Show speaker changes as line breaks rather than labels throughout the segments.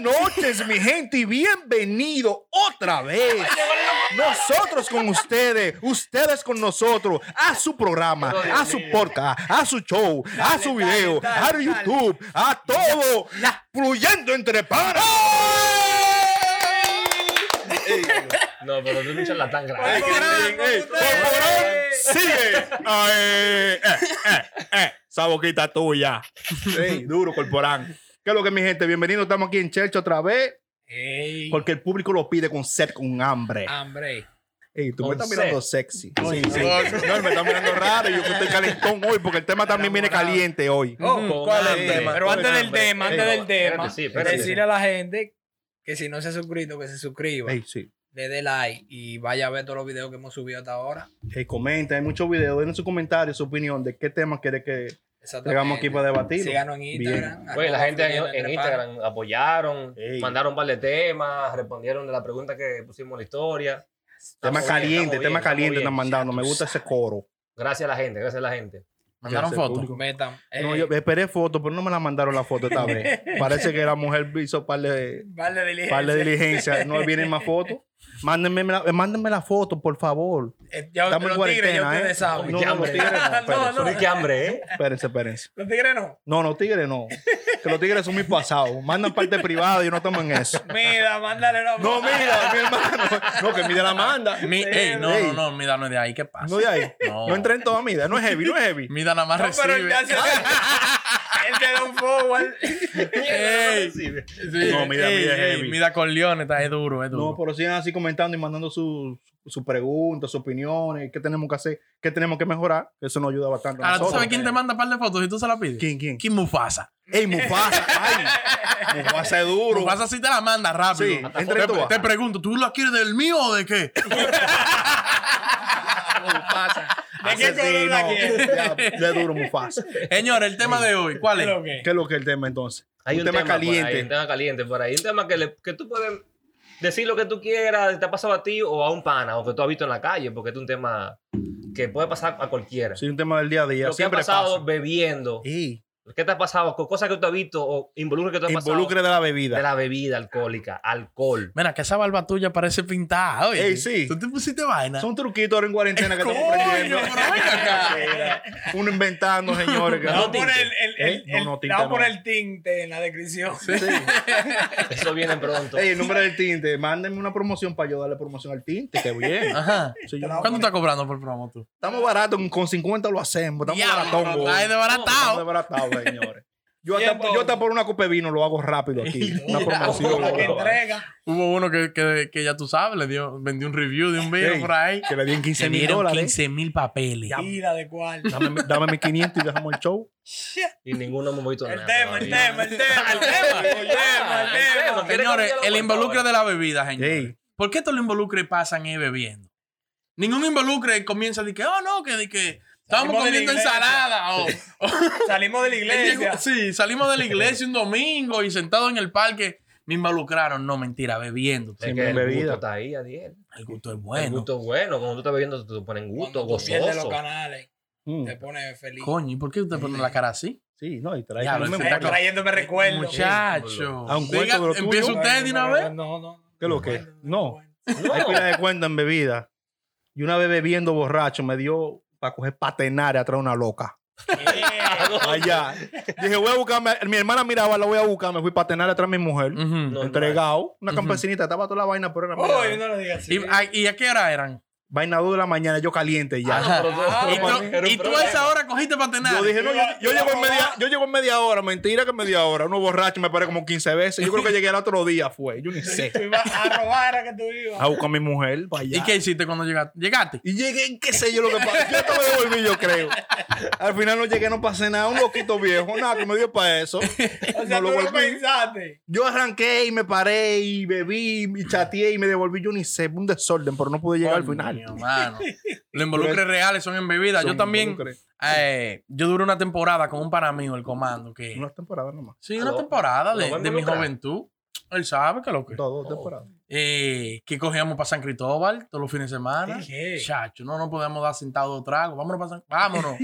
noches, mi gente, y bienvenido otra vez. Nosotros con ustedes, ustedes con nosotros, a su programa, a su podcast, a su show, a su video, a YouTube, a todo, fluyendo entre panas.
No, pero tú luchas la tan
Ey,
grande.
ey, ey, Corporán, sigue. Ay, eh, eh, eh, esa boquita tuya. Ey, duro, Corporán. ¿Qué es lo que mi gente? Bienvenidos, estamos aquí en Church otra vez.
Ey,
Porque el público lo pide con sed, con hambre.
Ah, hambre.
Ey, tú me
Con
estás
sed.
mirando sexy.
Con
Sí,
sed.
sí. No, él me está mirando raro. Yo que estoy calentón hoy porque el tema también viene
Enamorado.
caliente hoy.
Oh,
Con
¿cuál es el
hambre,
tema?
con
Pero antes del
hambre.
tema,
Ey,
antes del
espérate,
tema,
sí, espérate.
decirle a la gente que si no se ha suscrito, que se suscriba,
Ey, sí.
le dé like y vaya a ver todos los videos que hemos subido hasta ahora.
Ey, comenta, hay muchos videos. Denos su comentario, su opinión de qué tema quiere que
Exactamente.
traigamos aquí para debatir.
Síganos en Instagram.
Pues,
Oye, la
arroba
gente en,
fluyendo
en
entre
Instagram apoyaron,
Ey.
mandaron un par de temas, respondieron de la pregunta que pusimos en la historia.
Tema
Estamos bien,
caliente,
estamos
tema
bien,
caliente están
estamos bien.
mandando. Me gusta ese coro.
Gracias a la gente, gracias a la gente.
Mandaron
Gracias,
fotos.
panas. Metan.
No,
eh,
yo esperé foto, pero no me la mandaron la foto esta vez. Parece que la mujer hizo par de,
vale, diligencia.
par de diligencia. No vienen más fotos. Mándenme la, eh, mándenme la foto, por favor.
Eh, ya
Estamos en
los tigres, ya
cuarentena,
ustedes
¿eh?
saben.
No,
Qué
no, los
hambre.
tigres no. Espérense,
No,
Pero qué hambre, ¿eh?
espérense, espérense.
Los tigres no.
No, no, tigres no. Que los tigres son muy pasados. Mandan parte privada y yo no tomo en eso.
Mira, mándale la
No, mira, mi hermano. No, que mira la manda. Eh,
Mi, ey, no,
Ey.
no, no, Mida no es de ahí. ¿Qué pasa?
No de ahí.
No.
No entra en toda mi vida. No es heavy, no es heavy.
Mida nada más
No, pero él
recibe.
te hace- él te da un forward.
Ey. Sí,
No, Mida,
ey,
Mida es
ey,
heavy.
Mida con Leones, está, es duro, es duro.
No, pero sigan así comentando y mandando sus sus preguntas, sus opiniones, qué tenemos que hacer, qué tenemos que mejorar. Eso nos ayuda bastante. a
Ahora, ¿tú
nosotros.
sabes quién te manda un par de fotos y tú se la pides?
¿Quién, quién?
Kim Mufasa.
¡Ey, Mufasa! ¡Ay! Mufasa es duro.
Mufasa sí te la manda rápido.
Sí,
Te-
entre tú.
te, pregunto, ¿tú la quieres del mío o de qué? Ah,
¿De qué color la quieres?
Ya, ya es duro, Mufasa.
Señor, el tema de hoy, ¿cuál es?
que?
¿Qué es lo que es el tema entonces?
Hay un, tema, caliente. un
caliente.
tema caliente por ahí. Un tema que, le- que tú puedes decir lo que tú quieras, te ha pasado a ti o a un pana o que tú has visto en la calle, porque es un tema que puede pasar a cualquiera.
Sí, un tema del día a día.
lo que ha
Siempre
pasado
pasa.
bebiendo,
Y
¿qué te ha pasado? Co- Cosas que tú has visto o involucre que tú has
involucre de la bebida.
pasado de la bebida alcohólica, alcohol.
Mira, que esa barba tuya parece pintada. Oye,
Ey, sí.
¿Tú te pusiste vaina?
Son truquitos ahora en cuarentena que
Coño,
estamos aprendiendo.
pero ven acá.
Mira, Uno inventando, señores. que
Le
No,
vamos
no-
a poner el, el,
¿Eh? No,
el,
no,
el- le
tinta
vamos a
no.
poner el tinte en la descripción.
Sí.
Eso viene pronto.
Ey, el nombre del tinte. Mándenme una promoción para yo darle promoción al tinte. Qué bien.
Ajá.
Sí, yo-
¿Cuánto estás cobrando por promo tú?
estamos baratos. con- Con 50 lo hacemos. Estamos baratón.
Diablo,
güey.
Ay,
Estamos
desbaratado.
desbaratados, señores. Yo
Y
hasta,
entonces-
yo hasta por una copa de vino lo hago rápido aquí. Una promoción.
La que
bueno.
entrega.
Hubo uno que, que, que ya tú sabes, le dio, vendió un review de un video
Ey,
por ahí.
Que le dieron 15
Se
mil
dieron
dólares.
15 mil papeles.
Y la de cuál.
Dame, dame mis 500 y dejamos el show.
Y ninguno hemos visto
El
nada.
tema, el
todavía.
tema, el tema. El tema, el
tema, el tema.
tema.
¿Quieres
Señores,
cambiarlo,
el
por
involucre
favor?
de la bebida, señores.
Ey,
¿Por qué todos los involucres pasan ahí bebiendo? Ningún involucre comienza de que, oh no, que de que estábamos
Salimos de la
comiendo
iglesia.
ensalada. O, o-
Salimos de la iglesia.
sí, salimos de la iglesia un domingo y sentados en el parque me involucraron. No, mentira, bebiendo.
Es
Sin
que el
bebida.
gusto está ahí, Adiel.
El gusto es
El
bueno.
gusto es bueno. Cuando tú estás bebiendo, te ponen gusto,
Cuando tú pierdes los
gozoso.
canales.
mm,
Te pones feliz.
Coño, ¿y por qué usted pone la cara así?
sí, no, y trae
Ya,
que no
lo
me
Eh,
está
muero.
Trayéndome recuerdos.
Muchacho.
A un cuento
Diga,
de lo tuyo.
Empieza usted de una vez.
No, no.
¿Qué es lo que? No.
No.
Hay pila de cuenta en bebida. Y una vez bebiendo borracho me dio para coger patenar atrás de una loca. Allá. Dije, voy a buscarme. Mi hermana miraba, la voy a buscar. Me fui patenar atrás de mi mujer.
Ujú.
No.
Entregado. Una
Ujú.
campesinita. Estaba toda la vaina, pero era
Uy,
mira,
no lo digas así.
¿Y, a, y a qué hora eran?
vaina dura de la mañana. Yo caliente ya.
Ajá.
Ah,
y tú, y tú a esa hora cogiste para tener.
Yo dije, no, yo, yo
Iba-
llego en
iba a
media,
robar.
yo llego en media hora, mentira que media hora, uno borracho me paré como 15 veces. Yo creo que llegué al otro día, fue, yo ni sé.
Tú ibas a robar a que tú ibas.
Ah,
A buscar a mi mujer para allá.
¿Y qué hiciste cuando llegaste? ¿Llegaste?
Y llegué, qué sé yo lo que pasó. Yo hasta me devolví, yo creo. Al final no llegué, no pasé nada. Un loquito viejo, nada que me dio para eso.
O
no
sea,
lo
tú no
volví.
pensaste.
Yo arranqué y me paré y bebí y chateé y me devolví. Yo ni sé, un desorden, pero no pude llegar al
Coño,
final.
hermano. Los involucres reales son en bebida. Yo
Son
también,
involucres.
eh, yo duré una temporada con un para mío, el comando, que...
Una temporada nomás.
Sí, una
Lo-
temporada
lo
de,
voy a
de mi
involucrar.
juventud. Él sabe que lo que.
Dos, dos temporadas.
Eh, que cogíamos para San Cristóbal todos los fines de semana.
¿Qué?
Chacho, no nos podemos dar sentados dos tragos. Vámonos para San Vámonos.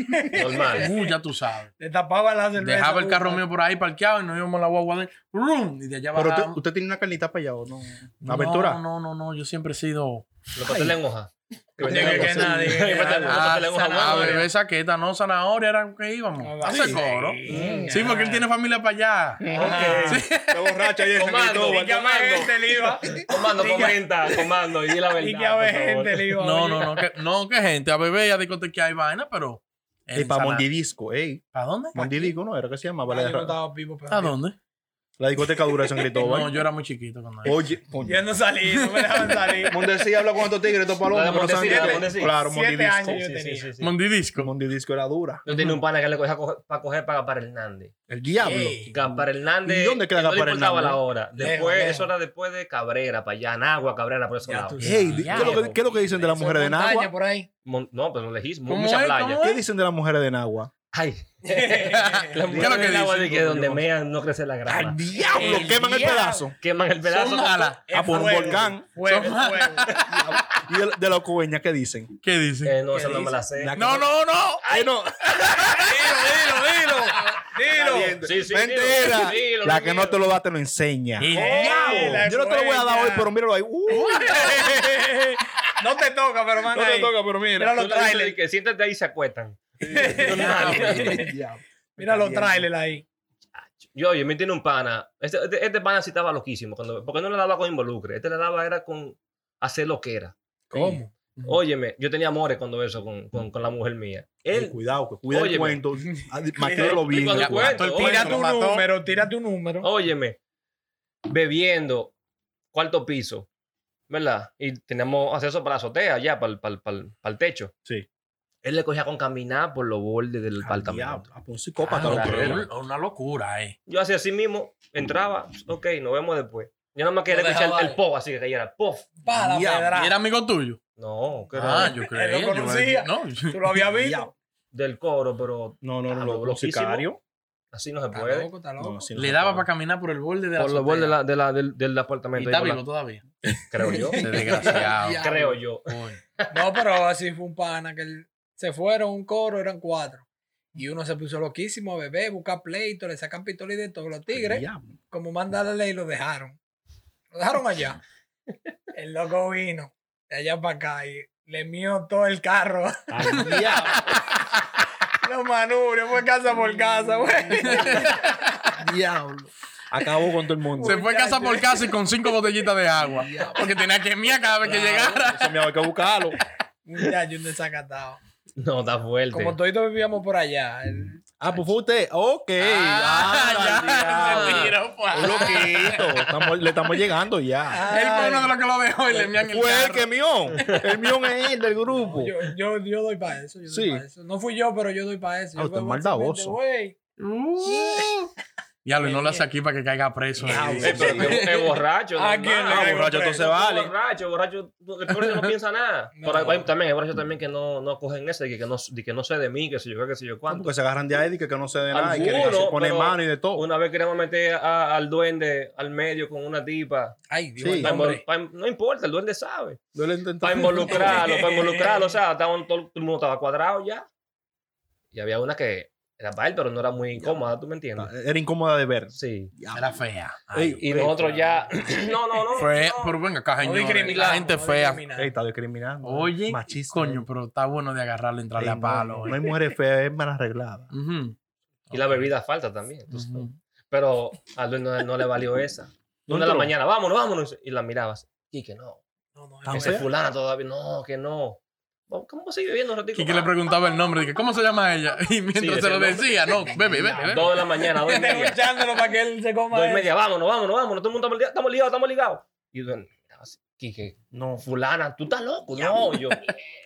Normal.
Uh, ya tú sabes.
Le tapaban la cerveza.
Dejaba el carro
uh,
mío por ahí parqueado y nos íbamos en la guagua de ¡Rum! Y de allá
Pero usted,
bajábamos.
usted tiene una carnita para allá o no? Eh, Una
No,
aventura.
No, no, no. Yo siempre he sido.
Los pasteles en hoja.
Coño,
Los
que
pasteles-
nadie, que
los pasteles- los
Ah,
pasteles en hoja,
a
bueno,
beber saqueta, no zanahoria, era que íbamos.
Ah,
Hace
sí. Ah.
coro.
Sí.
Sí, porque él tiene familia para allá.
Ok.
Está borracho ahí en San
Comando.
Cristóbal.
Y que había
Comando.
gente, le iba.
Comando,
Y que-
comenta, comando, y di la verdad.
Y que
por
había
favor.
gente, le iba. Ah,
No,
oye.
no, no, que, no, que gente, a beber y a discotequear hay vaina, pero.
Y para Mondidisco, ey.
¿Para dónde?
Mondidisco no era que se llamaba.
Ah,
La,
yo no estaba vivo, pero-
¿A dónde?
la discoteca dura de San Cristóbal.
No, yo era muy chiquito cuando era.
Oye,
Yo no salí, no me dejaban salir.
Mondesi habla con estos tigres, estos
La de
palomos. pero saben
Mondesi,
que-
la de Mondesi.
Claro,
Siete
Mondidisco.
años.
Sí, sí, sí, sí.
Que
Mondidisco.
Mondidisco era dura.
Yo tenía un pana que le cogía para coger para Gaspar Hernández.
El diablo.
Ey.
Gaspar Hernández.
¿Y dónde queda
no le
Gaspar
importaba
Hernández?
la hora.
Lejos,
Después,
lejos.
eso era después de Cabrera, para allá, Nagua, Cabrera, por esos
Ya
lados.
tú
Ey, ¿qué, es
Diablo.
lo que, qué es lo que dicen de las mujeres de
Montaña,
Nagua?
por ahí.
Mon- No, pero lejísimo,
¿Cómo
mucha
es?
playa.
¿Cómo es?
¿Qué dicen de las mujeres de Nagua?
Ay,
Eh, Las
la
¿Qué es
mujer
lo que
del agua
dicen?
de que donde mean no crece la grama.
¡Al diablo!
El
Queman el
diablo.
pedazo.
Queman el pedazo.
Son malas. pues,
Ah, por un
fuego,
volcán.
Fuego,
Son
fuego.
¿Y de, de la cubeña qué dicen?
¿Qué dice?
Eh, no,
¿Qué
esa no me
dice?
la sé.
La-
No, no, no.
¡Ay, no!
Dilo.
Sí, sí,
Mentira.
dilo, dilo,
La que no
dilo.
te lo da te lo enseña.
Sí,
¡Diablo!
la
Yo no te lo voy a dar
cubeña.
hoy, pero míralo ahí. Uh. ¡Uy!
No te toca, pero manda ahí.
pero
Mira
Tú
los
le dices
trailers.
Que siéntate ahí y se acuestan.
Mira los trailers ahí.
Yo, yo me tiene un pana. Este, este, este pana sí estaba loquísimo. Cuando, porque no le daba con involucre. Este le daba era con hacer lo que era.
¿Cómo?
Óyeme, yo tenía amores cuando eso con, con, con la mujer mía. Él,
eh, Cuidado, que cuida el
Óyeme.
cuento. Ah, Maquíalo
Cuida
bien.
el
güey.
cuento. Oye,
Tira
lo
tu
mató. Oh,
número, tira tu número.
óyeme, bebiendo, cuarto piso, ¿verdad? Y teníamos acceso para la azotea, ya, para el, para el- para el- para el techo.
Sí.
Él le cogía con caminar por los bordes del
Al
apartamento.
diablo. Ah, pues un psicópata.
Ah,
lo
la
que
verdad.
era.
Una- Una locura, eh.
Yo hacía así mismo, entraba, ok, nos vemos después. Yo nada más quería
Lo
escuchar
dejaba
el,
ahí.
pop, así que cayera, pof.
Pa, la
Diablo.
pedra.
¿Y era amigo tuyo?
No, que
Ah,
era
yo
Él
creía.
Ah. lo
yo-
conocía.
no, yo-
¿Tú lo habías visto?
del coro, pero
No, no, no,
Ah,
lo- los
loquísimo.
sicarios.
así no se
Está
puede.
loco, está
No,
loco.
sí, no
Le
se
daba
puede.
para caminar por el borde Ah, de la
Por los
azotea.
bordes de la- de la- del, del
Y
apartamento.
está
ahí
vivo
Pues por
todavía.
la- creo yo.
Ese desgraciado.
Ya.
creo yo.
Coño.
No, pero así fue un pana que él- se fueron un coro, eran cuatro. Y uno se puso loquísimo a beber, buscar pleito, le sacan pistola y de todos los tigres.
Diablo.
como manda la ley, lo dejaron. Lo dejaron allá. El loco vino de allá para acá y le mió todo el carro. Los manubrios, fue casa por
Mm,
casa, güey.
Diablo. Acabó con todo el mundo.
Se fue casa por casa y con cinco botellitas de agua. Porque tenía que miar cada vez que
Claro.
llegara.
Eso me había que buscarlo.
Muchacho, un desacatado.
No, está fuerte.
Como todos vivíamos por allá. el-
Ah, pues fue usted. Ok.
Ah,
Ah,
ya. Se
diablo.
tiró, pues.
Un loquito. Estamos- le estamos llegando ya.
Él fue uno de los que lo dejó y le mian el
Fue el
carro.
que mió. El mió es él del grupo.
yo, yo, yo doy para eso, yo doy
Sí.
pa' eso. No fui yo, pero yo doy para eso.
Ah,
Yo
usted es
veo
maldadoso.
güey.
Uh. Ya lo y no lo hace aquí para que caiga preso.
Ya,
Eh, pero que- que borracho.
¿A
normal.
quién le
Ah,
caigo
borracho,
preso?
entonces vale.
Borracho, borracho, tú- el pobre no piensa nada.
No.
Pero hay, también, hay borrachos también que no, no cogen ese, que, que no, de que no sé de mí, que sé yo qué, que sé yo cuánto.
Porque se agarran de ahí y que que no se dé nada. Y que
Alguno,
se pone
pero-
mano y de todo.
Una vez queremos meter a- al duende al medio con una tipa.
Ay, Dios,
Sí.
el
Pa'
hombre.
invol- pa' in- no importa, el duende sabe.
Yo le intenté.
Para involucrarlo, para involucrarlo. O sea, estaban todo, todo el mundo estaba cuadrado ya. Y había una que era para él, pero no era muy incómoda, ¿tú me entiendes?
Era incómoda de ver.
Sí.
Era fea.
Ey,
Y
ey,
nosotros ya. No, no, no.
Fue,
no.
pero venga acá,
No
señores.
discriminamos,
la gente
no
fea.
discriminamos.
Ey, está discriminando.
Oye,
machista.
coño, pero está bueno de agarrarle, entrarle
Ey,
a
no,
palo.
No, hay mujeres feas, es mal arreglada.
Ujú.
Y la bebida falta también. entonces,
Ujú.
Pero a Luis no, no le valió esa. Una
¿Dónde
de la
lo-
mañana, vámonos, vámonos. Y la mirabas. Y que no.
No, no,
Ah,
Ese
fea?
fulana todavía. No, que no. Vamos, ¿Cómo sigue viviendo un Ah, ratito?
Y que le
más?
preguntaba el nombre, dije, ¿cómo se llama ella? Y mientras
decía
se lo
el nombre.
decía, no, bebe, bebe, bebe.
Dos de la mañana, dos y
Está
media.
escuchándolo para que él se coma.
dos y
eso.
media, vámonos, vámonos, vámonos. Todo el mundo estamos ligados, estamos ligados, estamos ligados. Y yo, miraba así, Quique,
No,
fulana, tú estás loco. No, yo.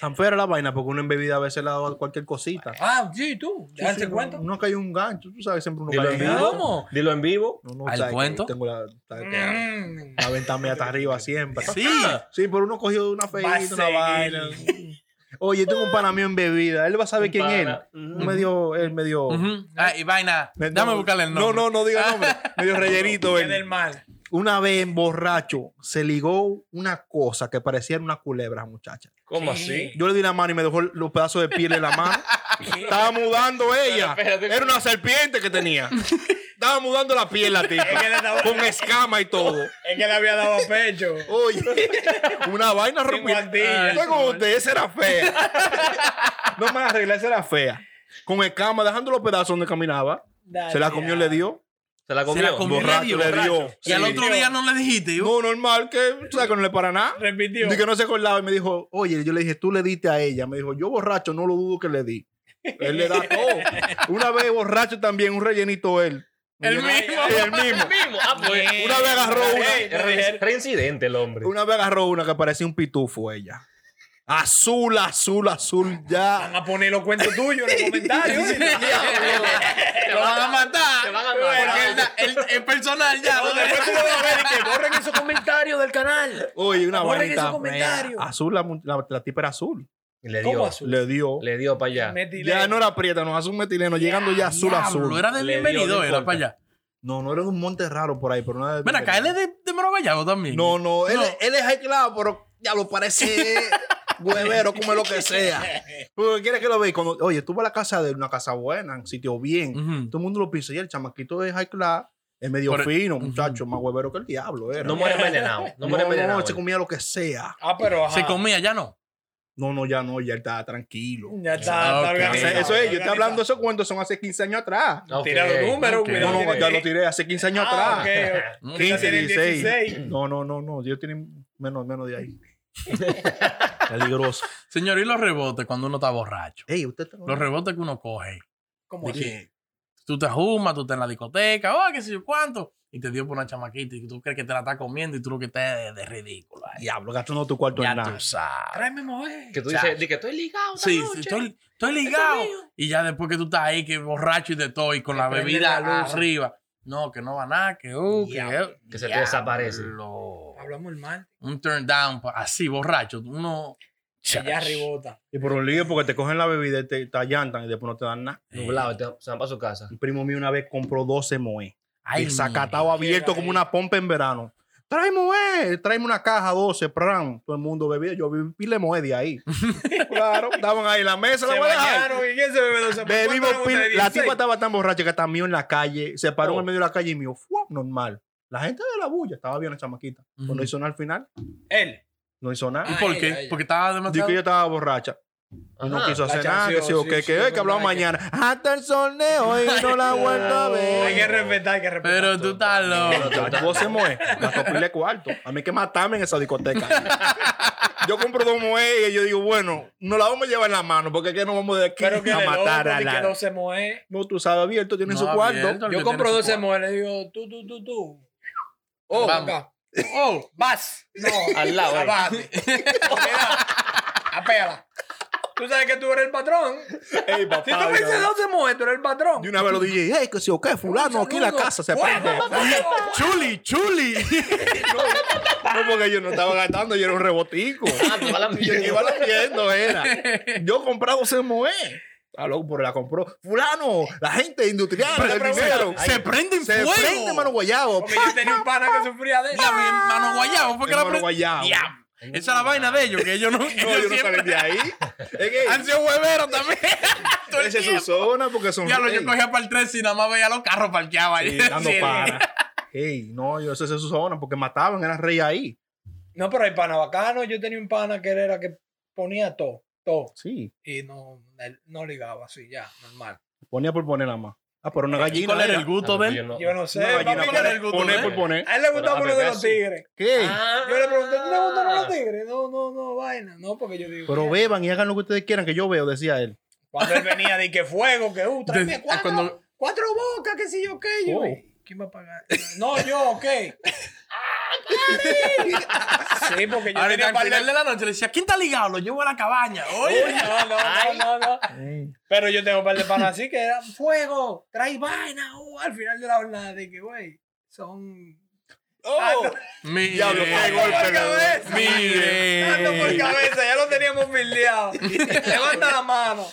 tan fea era la vaina porque uno en bebida a veces le da cualquier cosita.
Ah, sí, Mm. tú.
Sí,
¿Ya
sí,
te
no-
cuento?
No cayó un gancho, tú sabes, siempre uno
Dilo
cae
en
en
vivo.
gancho.
¿Cómo?
Dilo en vivo.
No, no,
¿Al
sabes que
cuento?
Tengo la, sabes que
Mm.
la ventanilla hasta arriba siempre.
Sí.
Sí, pero uno cogió una
Va a
feita, una
seguir.
vaina. Oye, tengo un pana mío en bebida. Él va a saber quién es.
Para-
Un medio, él medio.
Ujú. Ah, y vaina,
me-
dame buscarle el nombre.
No, no, no diga nombre. medio rellerito
Es
él.
del mal.
una vez en borracho se ligó una cosa que parecía una culebra, muchacha.
¿Cómo
Sí.
así?
Yo le di la mano y me dejó los pedazos de piel en la mano. Estaba mudando ella.
Pero espérate.
Era una serpiente que tenía. Estaba mudando la piel la tipa.
que le estaba-
Con escama y todo.
Es que le había dado a pecho.
Oye, una vaina rompida.
guardilla.
Estoy con usted, esa era fea. No me la arreglé, esa era fea. Con escama, dejando los pedazos donde caminaba. Se la comió y le dio.
Se la comió.
Se la comió.
Borra-
Borracho le dio.
Y al
Sí.
otro día no le dijiste. yo,
No, normal, que, tú sabes que no le para nada.
Repitió.
Y que no se acordaba y me dijo, oye, yo le dije, tú le diste a ella. Me dijo, yo borracho, no lo dudo que le di. Él le da todo. Una vez borracho también, un rellenito él.
El
Yo-
mismo.
Sí, el mismo.
mismo. Ah, pues.
Una vez agarró
Ey,
una.
re- Reincidente el hombre.
Una vez agarró una que parecía un pitufo ella. Azul, azul, azul, ya.
Van a poner los cuentos tuyos en los comentarios.
Te
Lo van a matar.
Te van a
Porque
matar.
el, el- el personal ya.
No, después tú lo vas a ver y que borren esos comentarios del canal.
Oye, una
Borren
vainita.
esos comentarios.
Azul, la, mu- la, la tipa era azul.
Y Le
¿Cómo
dio.
azul?
Le dio.
Le dio para allá.
Metileno.
Ya no era prieta, no, azul metileno, llegando ya azul,
Diablo,
azul.
Era del
Le dio,
bienvenido,
no
era
importa.
para allá.
No, no era de un monte raro por ahí, pero nada.
Ven acá, él es de, de Moro Gallego también.
No, no, él,
No.
él es aislado, pero ya lo parece huevero, come lo que sea. Porque quiere que lo veas. Cuando, oye, tú vas a la casa de él, una casa buena, un sitio bien.
Ujú.
Todo el mundo lo pisa. Y el chamaquito es class es medio
Pero-
fino,
Ujú.
muchacho, más huevero que el diablo. Era.
No muere envenenado. No muere
no,
envenenado.
se comía lo que sea.
Ah, pero ajá.
Se comía, ya no.
No, no, ya no, ya él está tranquilo.
Ya está,
Ah,
está
ok.
O
organizado.
sea, eso es, yo estoy hablando de esos cuentos son hace 15 años atrás.
Ok.
Tira los números,
ok.
cuidado.
No, no,
tiene-
ya lo tiré hace 15 años atrás.
Ah, ok, ok.
Mm.
15,
Tienen
16.
16.
No, no, no, no. Yo tiene menos, menos de ahí. Peligroso.
Señor, ¿y los rebotes cuando uno está borracho?
Ey, usted está.
Los rebotes que uno coge.
¿Cómo
De
así?
que tú te ajumas, tú estás en la discoteca, oh, qué sé yo cuánto. Y te dio por una chamaquita y tú crees que te la está comiendo y tú lo que estás es de, de ridículo. ahí.
Diablo, gastando tu cuarto
Ya
en nada.
tú sabes.
Tráeme mujer.
Que tú dices, di que estoy ligado. esta
Sí, sí,
noche.
estoy, estoy ligado. Y ya después que tú estás ahí, que borracho y de todo, y con la
prende
bebida
la luz.
arriba. No, que no va nada, que uh, que,
Diablo.
Que se te desaparece.
Diablo.
Hablamos mal.
Un turn down, pa- así, borracho. Uno.
Allá rebota.
Y por un lío, porque te cogen la bebida, y te, te allantan y después no te dan nada.
Eh,
Nublado, y te- se van para su casa.
Un primo mío una vez compró 12 moe.
ay,
el sacatado abierto
Qué
como una pompa en verano. Trae moe, tráeme una caja 12, pran. Todo el mundo bebía. Yo vi le moe de ahí. claro, estaban ahí en la mesa, la
Se
voy a dejar.
bañaron y quién se bebe los zapatos.
Bebimos
¿Cuánto
pila.
era?
La
16.
tipa estaba tan borracha que también en la calle se paró
Oh.
en el medio de la calle y mío, fue normal. La gente de la bulla estaba bien la chamaquita. Pues
Ujú.
no hizo nada al final,
Él.
no hizo nada.
¿Y
Ah,
por
ella,
qué?
ella.
Porque estaba
Dijo
demasiado.
que yo estaba borracha. Y no
Ajá.
quiso
Ah, La
hacer nada, que
chanceó,
sí, o
sí,
que,
sí,
que,
es
hoy que hablamos
verdad que-
mañana. Hasta el sol de hoy no la vuelvo a
Hay que
ver.
respetar, hay que respetar.
Pero tú estás loco.
Vos se mueve, gastó pila de cuarto. A mí hay que matarme en esa discoteca. Yo compro dos muelles y yo digo, bueno, nos la vamos a llevar en la mano porque es que nos vamos de aquí
Pero que
a
de
matar
loco,
a
di que
la...
no se mueve.
No, tú sabes, abierto, tiene
No,
su cuarto.
abierto, el que
Yo compro
tiene su
12 mujeres y digo, tú, tú, tú, tú. Ven
Oh, vamos.
acá.
Oh,
Vas. No. Ah,
Al lado, eh.
Abate. Apégala. Tú sabes que tú eres el patrón.
Ey, papá,
Si tú me dices
ya.
12 mujeres, tú eres el patrón.
De una vez lo dije, hey, que si o qué, fulano, aquí en la casa se
Fuego,
prende.
fuego.
Chuli, chuli. no, no, porque yo no estaba gastando, yo era un rebotico.
Ah, tú vas a la
yo
mierda.
iba leyendo, era. Yo comprado se mueve. A eh. Ah, loco, pero la compró. Fulano, la gente industrial,
Pero
el
pero
dinero.
se- se prende en
Se
fuego.
prende, mano guayabo.
Porque yo tenía un pana que sufría de eso.
diablo, y en mano guayabo. Porque la
Hermano
pre-
guayabo.
Diablo. Esa es la vaina de ellos, que ellos no. que
No,
ellos
yo no
siempre
salí de ahí. Es que
Han sido hueveros también. Todo el
esa es su
tiempo.
zona porque son.
Diablo, yo
Ey.
cogía para el 3 y nada más veía los carros parqueados ahí.
Sí, dando
Sí,
para. Ey, no, yo sé se zona porque mataban, eran rey ahí.
No, pero hay pana bacano. Yo tenía un pana que él era que ponía todo, todo.
Sí,
Y no, él no ligaba así, ya, normal.
ponía por poner nada más. Ah, pero una gallina.
Eh, ¿Cuál era el
gusto?
gusto
Ah,
de
yo
él?
no-
Yo no sé,
Una gallina
papi,
¿cuál
por
que
era
le-
el gusto eh?
poner
de
por
él?
poner.
a él le gustaba
Pero,
uno de
pero
los
sí.
tigres.
¿Qué?
Ah.
Yo le pregunté, ¿tú te gustan los tigres? No, no, no, vaina. No, porque yo digo.
Pero beban y hagan lo que ustedes quieran, que yo veo, decía él.
Cuando él venía, di que fuego, que uh, tráeme
Desde- ah,
cuatro,
cuando-
cuatro bocas, que si yo qué. Yo,
Oh.
¿Quién va a pagar? No, yo, ok. sí, porque yo
Ahorita
tenía
al
par de-
final de la noche le decía, ¿quién está ligado? Lo llevo a la cabaña. Oye.
No, no, no, no, no. Pero yo tengo un par de panas así que eran fuego, trae vaina, uh, al final de la jornada, de que, güey, son.
Oh,
Ah, no.
Mire.
Diablo, qué golpe.
por
le dio.
cabeza. Ando por
Mire.
cabeza, ya lo teníamos fildeado. Levanta la mano.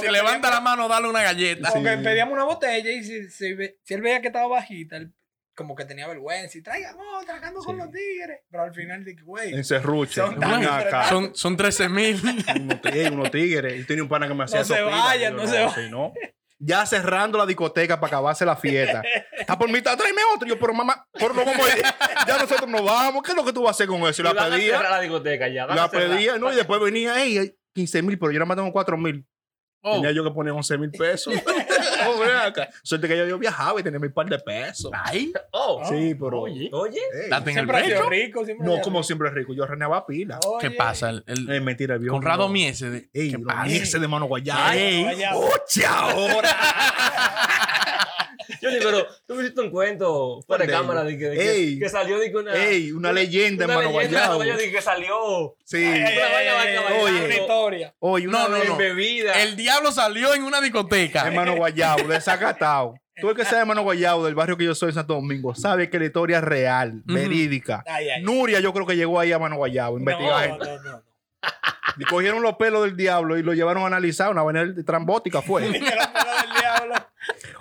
Si levanta la mano, dale una galleta.
Porque pedíamos una botella y si, si ve- si él veía que estaba bajita, él como que tenía vergüenza y traigan otra, cando con
Sí.
los tigres. Pero al final dije, güey,
En serruche.
Son
Ven
tan-
acá.
Son, son 13 mil.
unos tigres, unos tigres. Yo tenía un pana que me hacía
se
sopita,
vayan,
yo,
no se
sí, no. Ya cerrando la discoteca para acabarse la fiesta. Está por mitad, tráeme otro. Yo, pero mamá, por no vamos a ir. Ya nosotros nos vamos. ¿Qué es lo que tú vas a hacer con eso? Y
Y
la
van a cerrar
pedía,
la discoteca ya. van a
la
cerrar.
pedía, no, y después venía, ey, 15 mil, pero yo nada más tengo 4 mil.
Oh,
Tenía yo que poner 11 mil pesos. Oh, ven acá. Suerte que yo, yo viajaba y tenía mi par de pesos.
Ay,
Oh,
Sí, pero.
oye.
oye.
ey,
Date en el
siempre ha sido
pecho.
rico, siempre ha
no,
sido
como
rico.
siempre rico. Yo renegaba pila.
Oh.
Eh,
¿Qué
Oye,
pasa? El, el-
Es mentira, el viejo.
Conrado
no.
Miese. de-
Ey,
¿Qué
los
pasa?
Mieses de mano guayaba.
Ay,
Ey,
guayaba.
oye, ahora.
Yo le digo, pero tú me hiciste un cuento fuera de
Ey.
cámara de que, de que-
Ey.
que salió de que una.
Ey, una leyenda,
una
hermano
leyenda,
guayabo.
yo dije que salió.
Sí.
Ay,
Una vaina
ay,
vaca
ay,
bailando.
una historia.
Oye, una
No, no,
vez,
no.
En bebida.
El diablo salió en una discoteca.
Hermano Guayabo, desacatado. Tú el que sea hermano Guayabo del barrio que yo soy en Santo Domingo, sabe que la historia es real,
Ujú.
verídica.
Ay, ay.
Nuria, yo creo que llegó ahí a mano Guayabo, investigar.
No, no, no, no.
Y Cogieron los pelos del diablo y lo llevaron a analizar. Una vaina trambótica fue.
Viste la palabra del diablo.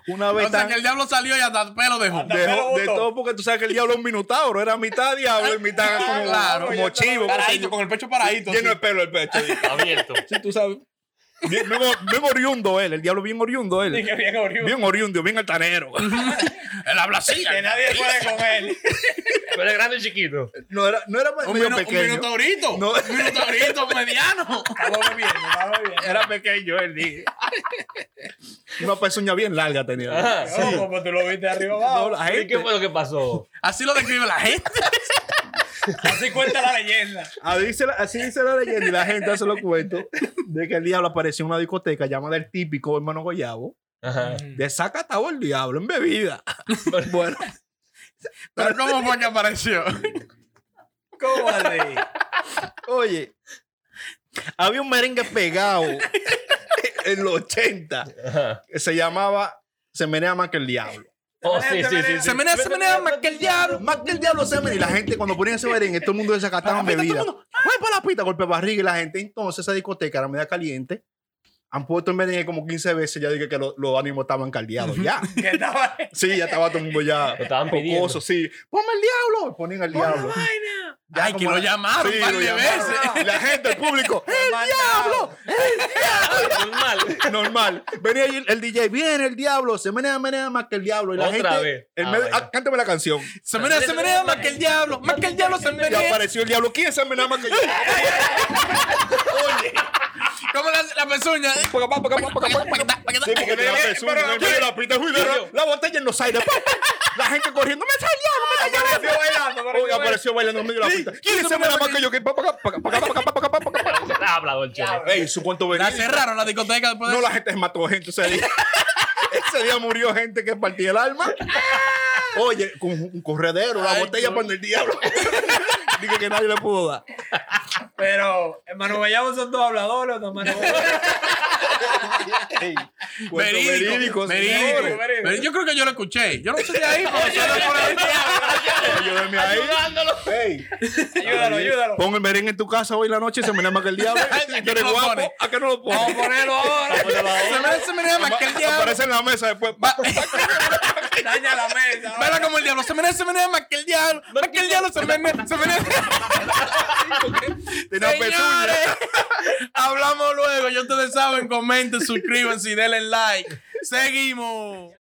Una
O
vez
sea,
tan-
que el diablo salió y hasta el pelo dejó.
Anda.
dejó- de
botó.
todo porque tú sabes que el diablo es un minotauro. Era mitad diablo y mitad como,
Claro,
como
yo te lo-
chivo. qué sé
Paradito,
yo.
con el pecho paradito.
Lleno de
así.
pelo el pecho.
Abierto.
Sí, tú sabes. Bien, bien mor- bien oriundo él, el diablo bien oriundo él.
Dije, bien oriundo.
Bien oriundo, bien altanero.
Él habla así.
Que nadie puede con él.
Pero es grande y chiquito.
No era, no era
Un,
Pues medio
minu- un
pequeño.
minotaurito.
No.
Un minotaurito mediano.
Estaba bebiendo, estaba bebiendo.
Era pequeño él, dije. Una pezuña bien larga tenía.
Ajá.
No, como tú lo viste de arriba
No,
abajo.
la
¿Y
gente
qué fue lo que pasó?
Así lo describe la gente.
Así cuenta la leyenda.
Así dice, la, así dice la leyenda y la gente hace los cuentos de que el diablo apareció en una discoteca llamada el típico hermano Goyabo.
Ajá.
Desacatado el diablo en bebida. bueno,
Pero ¿cómo fue que apareció?
¿Cómo así?
oye, había un merengue pegado en los 80
Ajá.
que se llamaba Se menea más que el diablo.
Oh, sí, sí, sí. sí.
Se menea, se menea, más que el diablo.
Más que el diablo se menea. Y la gente cuando ponían ese merengue, todo el mundo desacataba en
Para la pista,
bebida.
todo el mundo.
¡Ay, para la pita! Golpe de barriga y la gente. Entonces, esa discoteca era media caliente. Han puesto el merengue como 15 veces. Ya dije que lo- los ánimos estaban caldeados. Ya.
Que estaba
Sí, ya estaba todo el mundo ya.
Lo estaban pidiendo.
Pocoso, sí. ¡Ponme el diablo! Ponían el diablo.
vaina.
Ya
Ay, que
como
lo
la-
llamaron
Sí,
un par
lo
de
llamaron.
veces.
La gente, el público.
Mandado.
Normal.
Normal. Venía ahí el, el DJ. Viene el diablo. Se menea, menea más que el diablo. Y la
Otra
gente.
vez.
el
Ah,
medio-
bueno.
ah, cántame la canción.
Se menea, se menea, más que el diablo. Más que el diablo se
Y
menea.
apareció el diablo. ¿Quién se menea más que yo?
¿Cómo la, la pezuña? eh?
Porque va, porque va, porque va, porque va.
Paquetá.
Sí, porque tiene la pezuña,
pero-
no tiene la pita, juidero, la botella en los aires. pa, pa, pa. La gente corriendo, me salió, no me salió. Oye, apareció bailando en medio de la pista. ¿Quién se me más que yo? Que pa, pa, pa, pa, pa, pa, pa, pa, pa, pa, pa.
Está hablado el chavo.
Ey, ¿su cuánto venía?
La cerraron la discoteca después de
No,
eso.
la gente se mató gente ese día. Ese día murió gente que partía el alma. Oye, con un corredero, la
Ay,
botella
no.
para el diablo. Dije que nadie le pudo dar.
Pero, hermano Guayabo son dos habladores, dos hermanos Guayabo.
Ey, cuento
Verídico, verídico,
señores.
verídico. Pero Yo creo que yo lo escuché. Yo no sé de ahí, pero
Ayúdame por ahí. Ayúdame ahí. Ey.
Ayúdalo, ayúdalo.
Pon el merengue en tu casa hoy en la noche y se me más que el diablo.
Ay,
Tú eres
¿a qué no lo
guapo.
pones?
¿A qué no lo
Vamos a
pones?
ponerlo ahora. Se menea, se menea, más que el diablo.
Aparece en la mesa después.
Va-
Daña la mesa.
Baila como el diablo. Se menea, se menea, más que el diablo. Más que el diablo se menea, se menea.
Tiene una pezuña.
Señores, hablamos luego. Ya ustedes saben, comenten, suscríbanse y denle like. Seguimos.